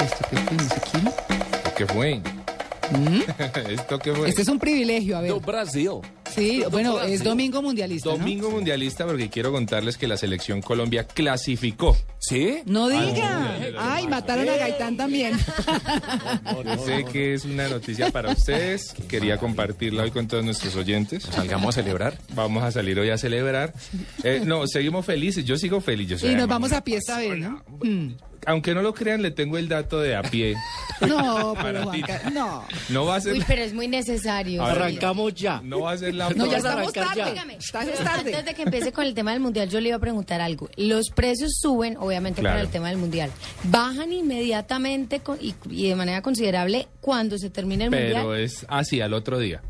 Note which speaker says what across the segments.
Speaker 1: ¿Esto qué fue? ¿Musiquín?
Speaker 2: ¿Qué fue? ¿Esto qué fue?
Speaker 1: ¿Mm? Este es un privilegio, a ver.
Speaker 3: Do Brasil.
Speaker 1: Sí, bueno, es domingo mundialista, ¿no?
Speaker 2: Domingo Mundialista porque quiero contarles que la selección Colombia clasificó.
Speaker 3: ¿Sí?
Speaker 1: No diga. Ay, mataron a Gaitán también.
Speaker 2: Yo sé que es una noticia para ustedes. Quería compartirla hoy con todos nuestros oyentes.
Speaker 3: Pues Salgamos a celebrar.
Speaker 2: Vamos a salir hoy a celebrar. Eh, no, seguimos felices. Yo sigo feliz. Yo soy
Speaker 1: Y nos
Speaker 2: además
Speaker 1: vamos
Speaker 2: una
Speaker 1: a pie esta
Speaker 2: persona-
Speaker 1: vez, ¿no?
Speaker 2: Aunque no lo crean, le tengo el dato de a pie.
Speaker 1: No, pero
Speaker 2: Para ti.
Speaker 1: Juanca, no.
Speaker 2: No va a ser,
Speaker 4: Uy, pero es muy necesario.
Speaker 2: A ver,
Speaker 4: Arranca.
Speaker 2: no va a ser la
Speaker 1: No, ya
Speaker 2: prueba.
Speaker 1: estamos tarde.
Speaker 4: Dígame,
Speaker 1: Está-
Speaker 4: pero
Speaker 1: Es tarde.
Speaker 4: antes de que empiece con el tema del mundial, yo le iba a preguntar algo. Los precios suben, obviamente,
Speaker 2: Claro.
Speaker 4: con el tema del mundial. Bajan inmediatamente con- y, y de manera considerable cuando se termine el
Speaker 2: Pero
Speaker 4: mundial.
Speaker 2: es así al otro día.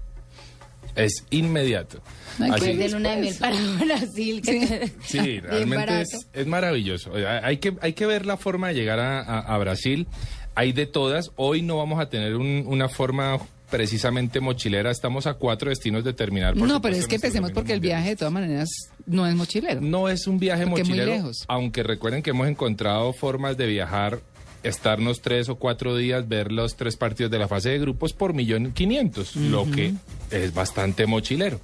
Speaker 2: Es inmediato.
Speaker 1: Ay,
Speaker 4: Pues
Speaker 2: Así-
Speaker 4: de luna de miel para Brasil. que-
Speaker 2: Sí,
Speaker 4: bien
Speaker 2: realmente
Speaker 4: barato.
Speaker 2: es, es maravilloso. Eh, Hay que, hay que ver la forma de llegar a, a- a Brasil. Hay de todas. Hoy no vamos a tener un- una forma precisamente mochilera. Estamos a cuatro destinos de terminar. por
Speaker 1: No, pero es
Speaker 2: supuesto,
Speaker 1: que
Speaker 2: nuestro
Speaker 1: empecemos
Speaker 2: domingo
Speaker 1: porque el
Speaker 2: mundial.
Speaker 1: viaje de todas maneras no es mochilero.
Speaker 2: No es un viaje
Speaker 1: Porque muy
Speaker 2: mochilero,
Speaker 1: lejos.
Speaker 2: aunque recuerden que hemos encontrado formas de viajar, estarnos tres o cuatro días, ver los tres partidos de la fase de grupos por millón quinientos, lo que es bastante mochilero.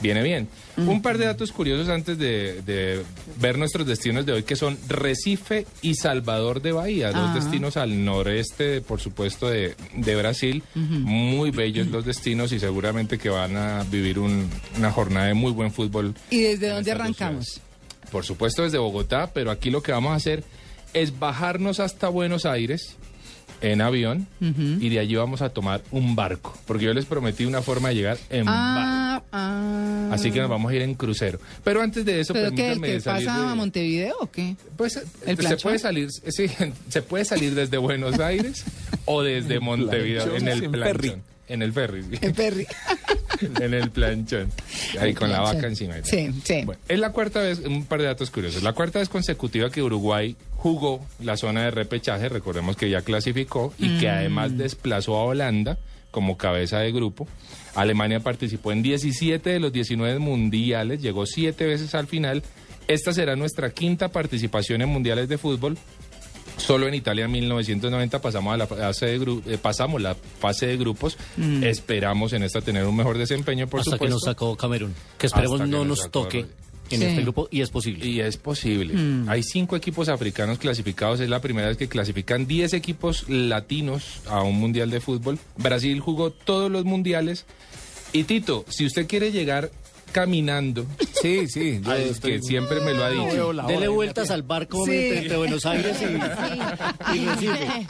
Speaker 2: Viene bien. Un par de datos curiosos antes de, de ver nuestros destinos de hoy, que son Recife y Salvador de Bahía, dos
Speaker 1: Ah.
Speaker 2: destinos al noreste, por supuesto, de, de Brasil. Muy bellos los destinos y seguramente que van a vivir un- una jornada de muy buen fútbol
Speaker 1: ¿Y desde
Speaker 2: en
Speaker 1: dónde
Speaker 2: estas dos
Speaker 1: arrancamos?
Speaker 2: ciudades. Por supuesto desde Bogotá, pero aquí lo que vamos a hacer es bajarnos hasta Buenos Aires en avión y de allí vamos a tomar un barco, porque yo les prometí una forma de llegar en
Speaker 1: Ah, ah.
Speaker 2: barco. Así que nos vamos a ir en crucero. Pero antes de eso,
Speaker 1: ¿Pero qué? ¿El
Speaker 2: permítanme
Speaker 1: que
Speaker 2: salir
Speaker 1: pasa
Speaker 2: de-
Speaker 1: a Montevideo o qué?
Speaker 2: pues eh,
Speaker 1: ¿El
Speaker 2: se
Speaker 1: plancho?
Speaker 2: puede salir, eh, sí, se puede salir desde Buenos Aires o desde Montevideo en el
Speaker 3: En
Speaker 2: ferry,
Speaker 3: ferry.
Speaker 2: en el ferry, sí,
Speaker 1: En Perry.
Speaker 2: en el planchón, ahí con la vaca encima. y tal.
Speaker 1: Sí, sí.
Speaker 2: Bueno, es la cuarta vez, un par de datos curiosos. La cuarta vez consecutiva que Uruguay jugó la zona de repechaje, recordemos que ya clasificó y
Speaker 5: Mm.
Speaker 2: que además desplazó a Holanda como cabeza de grupo. Alemania participó en 17 de los 19 mundiales, llegó siete veces al final. Esta será nuestra quinta participación en mundiales de fútbol. Solo en Italia en 1990 pasamos, a la fase de gru- eh, pasamos la fase de grupos. Esperamos en esta tener un mejor desempeño, por
Speaker 5: Mm. hasta que
Speaker 2: supuesto.
Speaker 5: nos sacó Camerún. Que esperemos
Speaker 2: Hasta que
Speaker 5: no
Speaker 2: nos
Speaker 5: nos,
Speaker 2: sacó
Speaker 5: toque
Speaker 2: Camerún.
Speaker 5: en
Speaker 1: Sí.
Speaker 5: este grupo y es posible.
Speaker 2: Y es posible. Hay cinco equipos africanos clasificados. Es la primera vez que clasifican 10 equipos latinos a un mundial de fútbol. Brasil jugó todos los mundiales. Y Tito, si usted quiere llegar caminando,
Speaker 3: Sí, sí. Yo
Speaker 2: al
Speaker 3: estoy-
Speaker 2: que siempre me lo ha dicho,
Speaker 5: Dele vueltas al barco
Speaker 1: Sí.
Speaker 5: entre, entre Buenos Aires
Speaker 4: Sí.
Speaker 5: y, y Recife.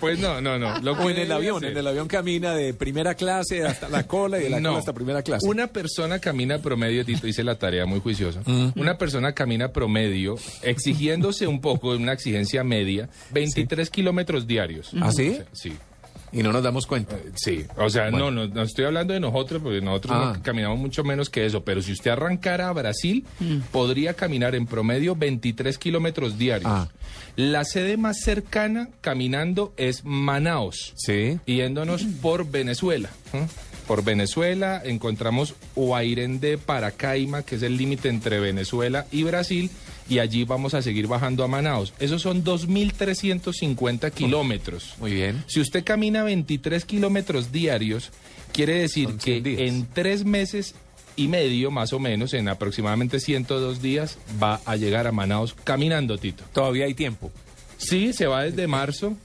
Speaker 2: pues no, no, no. Lo
Speaker 3: O en
Speaker 2: puede
Speaker 3: el avión,
Speaker 2: hacer.
Speaker 3: en el avión camina de primera clase hasta la cola y de la cola hasta primera clase.
Speaker 2: Una persona camina promedio, Tito, hice la tarea muy juiciosa. Una persona camina promedio, exigiéndose un poco, una exigencia media, 23 kilómetros diarios.
Speaker 3: ¿Ah, sí?
Speaker 2: O sea, sí.
Speaker 3: Y no nos damos cuenta.
Speaker 2: Eh, Sí, o sea, no, no, no estoy hablando de nosotros, porque nosotros
Speaker 3: Ah.
Speaker 2: no caminamos mucho menos que eso, pero si usted arrancara a Brasil, podría caminar en promedio 23 kilómetros diarios.
Speaker 3: Ah.
Speaker 2: La sede más cercana caminando es Manaos,
Speaker 3: Sí. Mm.
Speaker 2: yéndonos por Venezuela. ¿eh? Por Venezuela encontramos Huairén de Paracaima, que es el límite entre Venezuela y Brasil, y allí vamos a seguir bajando a Manaos. Esos son 2.350 kilómetros.
Speaker 3: Muy bien.
Speaker 2: Si usted camina 23 kilómetros diarios, quiere decir
Speaker 3: Son
Speaker 2: que
Speaker 3: 100 días.
Speaker 2: en tres meses y medio, más o menos, en aproximadamente 102 días, va a llegar a Manaus caminando, Tito.
Speaker 3: Todavía hay tiempo.
Speaker 2: Sí, se va desde marzo.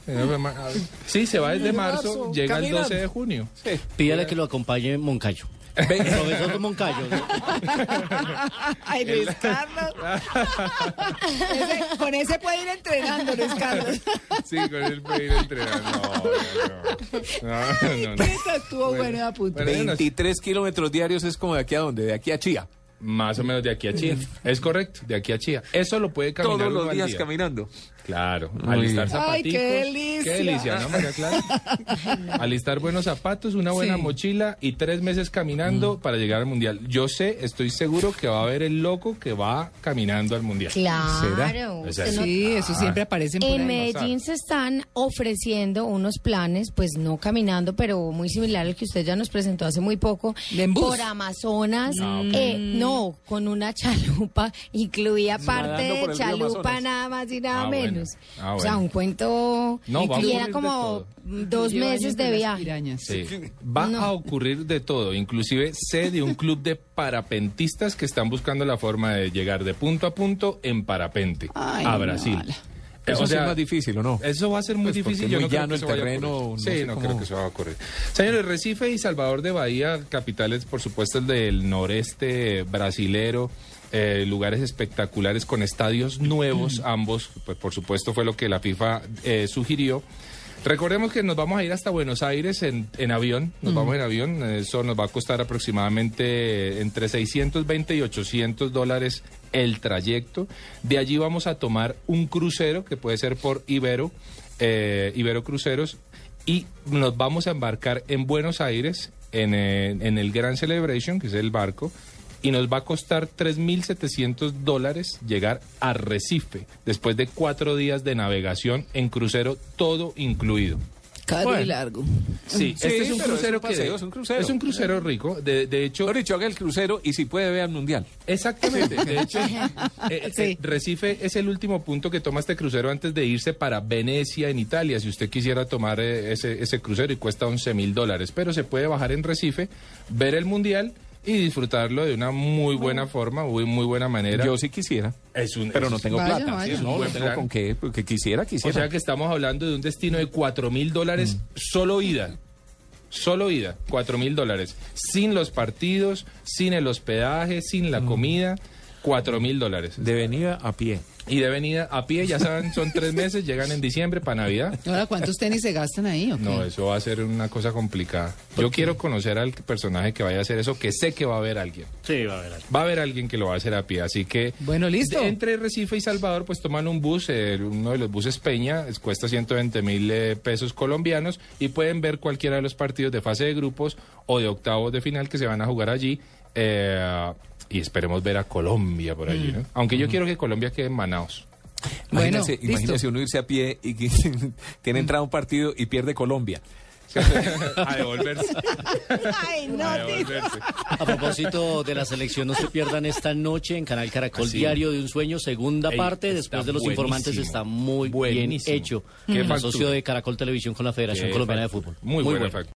Speaker 2: Sí, se va desde marzo, llega el 12 de junio.
Speaker 5: Pídale que lo acompañe Moncayo. Profesor de Moncayo. ¿no?
Speaker 1: Ay, Luis Carlos. Ese- con ese puede ir entrenando, Luis Carlos.
Speaker 2: Sí, con el pedir entrenar. No, no, no. no, no, no.
Speaker 1: Esto estuvo bueno, de apuntar.
Speaker 2: Bueno, no,
Speaker 3: 23 kilómetros diarios es como de aquí a donde, de aquí a Chía.
Speaker 2: Más o menos de aquí a Chía. Es correcto, de aquí a Chía. Eso lo puede caminar
Speaker 3: Todos
Speaker 2: uno
Speaker 3: los
Speaker 2: al
Speaker 3: días
Speaker 2: día.
Speaker 3: caminando.
Speaker 2: Claro, alistar
Speaker 1: Ay,
Speaker 2: zapaticos.
Speaker 1: qué delicia.
Speaker 2: Qué delicia, ¿no, María Clara? alistar buenos zapatos, una buena
Speaker 1: Sí. Mm.
Speaker 2: mochila y tres meses caminando para llegar al Mundial. Yo sé, estoy seguro que va a haber el loco que va caminando al Mundial. ¿Será?
Speaker 4: Claro.
Speaker 2: O sea,
Speaker 4: usted no-
Speaker 1: Sí, eso
Speaker 3: Ah.
Speaker 1: siempre aparece por
Speaker 4: En
Speaker 1: ahí.
Speaker 4: Medellín se están ofreciendo unos planes, pues no caminando, pero muy similar al que usted ya nos presentó hace muy poco.
Speaker 1: ¿De en bus?
Speaker 4: Por Amazonas.
Speaker 2: Ah, ok.
Speaker 4: eh, no, con una chalupa. Incluía parte
Speaker 3: Nadando por
Speaker 4: de
Speaker 3: el río
Speaker 4: chalupa
Speaker 3: Amazonas.
Speaker 4: nada más y nada
Speaker 2: Ah, bueno.
Speaker 4: menos.
Speaker 2: Ah,
Speaker 4: O sea,
Speaker 2: bueno.
Speaker 4: un cuento.
Speaker 2: No, va a
Speaker 4: y era
Speaker 2: ocurrir de
Speaker 4: como
Speaker 2: todo.
Speaker 4: dos
Speaker 1: Lleva
Speaker 4: meses
Speaker 1: años
Speaker 4: de
Speaker 1: con las
Speaker 4: viaje.
Speaker 1: pirañas.
Speaker 2: Sí. Va a ocurrir de todo, inclusive sé de un club de parapentistas que están buscando la forma de llegar de punto a punto en parapente
Speaker 1: Ay,
Speaker 2: a
Speaker 1: no,
Speaker 2: Brasil.
Speaker 1: ala.
Speaker 2: Eh,
Speaker 3: Eso sí es más difícil, ¿o no?
Speaker 2: Eso va a ser muy
Speaker 3: Pues porque
Speaker 2: difícil.
Speaker 3: es
Speaker 2: Yo
Speaker 3: muy
Speaker 2: no creo
Speaker 3: llano
Speaker 2: que
Speaker 3: el
Speaker 2: eso vaya a
Speaker 3: terreno,
Speaker 2: ocurrir.
Speaker 3: no
Speaker 2: Sí,
Speaker 3: sé
Speaker 2: no
Speaker 3: cómo-
Speaker 2: creo que eso vaya a ocurrir. Señores, Recife y Salvador de Bahía, capitales, por supuesto, el del noreste brasilero. eh, lugares espectaculares con estadios nuevos, ambos, pues por supuesto fue lo que la FIFA eh, sugirió. Recordemos que nos vamos a ir hasta Buenos Aires en, en avión, nos vamos en avión, eso nos va a costar aproximadamente entre 620 y 800 dólares el trayecto. De allí vamos a tomar un crucero que puede ser por Ibero, eh, Ibero Cruceros, y nos vamos a embarcar en Buenos Aires, en, eh, en el Grand Celebration, que es el barco, y nos va a costar 3.700 dólares llegar a Recife, después de cuatro días de navegación en crucero, todo incluido.
Speaker 1: Caro
Speaker 2: Bueno.
Speaker 1: y largo.
Speaker 2: Sí,
Speaker 3: Sí,
Speaker 2: este es un
Speaker 3: pero es
Speaker 2: crucero
Speaker 3: un paseo,
Speaker 2: que
Speaker 3: es un crucero.
Speaker 2: es un crucero rico. De, de hecho,
Speaker 3: Mejor dicho, haga el crucero y si puede, vea el mundial.
Speaker 2: Exactamente. De hecho, eh, eh,
Speaker 1: Sí.
Speaker 2: Recife es el último punto que toma este crucero antes de irse para Venecia, en Italia, si usted quisiera tomar eh, ese, ese crucero y cuesta 11 mil dólares. Pero se puede bajar en Recife, ver el Mundial y disfrutarlo de una muy buena forma, muy, muy buena manera.
Speaker 3: Yo sí quisiera,
Speaker 2: es un,
Speaker 3: pero
Speaker 2: es-
Speaker 3: no tengo
Speaker 1: Vaya,
Speaker 3: plata.
Speaker 1: vaya.
Speaker 3: Sí,
Speaker 2: Es un
Speaker 3: No, no
Speaker 2: buen
Speaker 3: tengo
Speaker 2: plan.
Speaker 3: con qué, porque quisiera,
Speaker 2: O
Speaker 3: quisiera.
Speaker 2: sea que estamos hablando de un destino de 4 mil
Speaker 3: Mm.
Speaker 2: dólares solo ida. Solo ida, 4 mil dólares. Sin los partidos, sin el hospedaje, sin
Speaker 3: Mm.
Speaker 2: la comida, 4 mil dólares.
Speaker 3: de venida a pie.
Speaker 2: Y de venida a pie, ya saben, son tres meses, llegan en diciembre para Navidad.
Speaker 1: Ahora, ¿cuántos tenis se gastan ahí? o qué?
Speaker 2: No, eso va a ser una cosa complicada. Yo quiero conocer al personaje que vaya a hacer eso, que sé que va a haber alguien.
Speaker 5: Sí, va a ver.
Speaker 2: Va a haber alguien que lo va a hacer a pie, así que...
Speaker 1: Bueno, listo.
Speaker 2: De- Entre Recife y Salvador, pues toman un bus, eh, uno de los buses Peña, es- cuesta 120 mil eh, pesos colombianos y pueden ver cualquiera de los partidos de fase de grupos o de octavos de final que se van a jugar allí. eh, y esperemos ver a Colombia por allí,
Speaker 1: Mm.
Speaker 2: ¿no? Aunque yo quiero que Colombia quede en Manaos.
Speaker 1: Bueno,
Speaker 3: Imagínese,
Speaker 1: listo.
Speaker 3: imagínese uno irse a pie y que- tiene entrada un partido y pierde Colombia.
Speaker 2: a devolverse.
Speaker 1: Ay,
Speaker 2: a
Speaker 1: no, tío.
Speaker 2: devolverse.
Speaker 5: A propósito de la selección, no se pierdan esta noche en Canal Caracol
Speaker 2: Así.
Speaker 5: Diario de un Sueño, segunda
Speaker 2: Ey,
Speaker 5: parte.
Speaker 2: está
Speaker 5: Después de los
Speaker 2: buenísimo.
Speaker 5: informantes está muy
Speaker 2: Buenísimo.
Speaker 5: bien hecho.
Speaker 2: Qué
Speaker 5: el
Speaker 2: factura.
Speaker 5: asocio de Caracol Televisión con la Federación Colombiana de Fútbol.
Speaker 2: Muy, buena
Speaker 5: bueno.
Speaker 2: factura.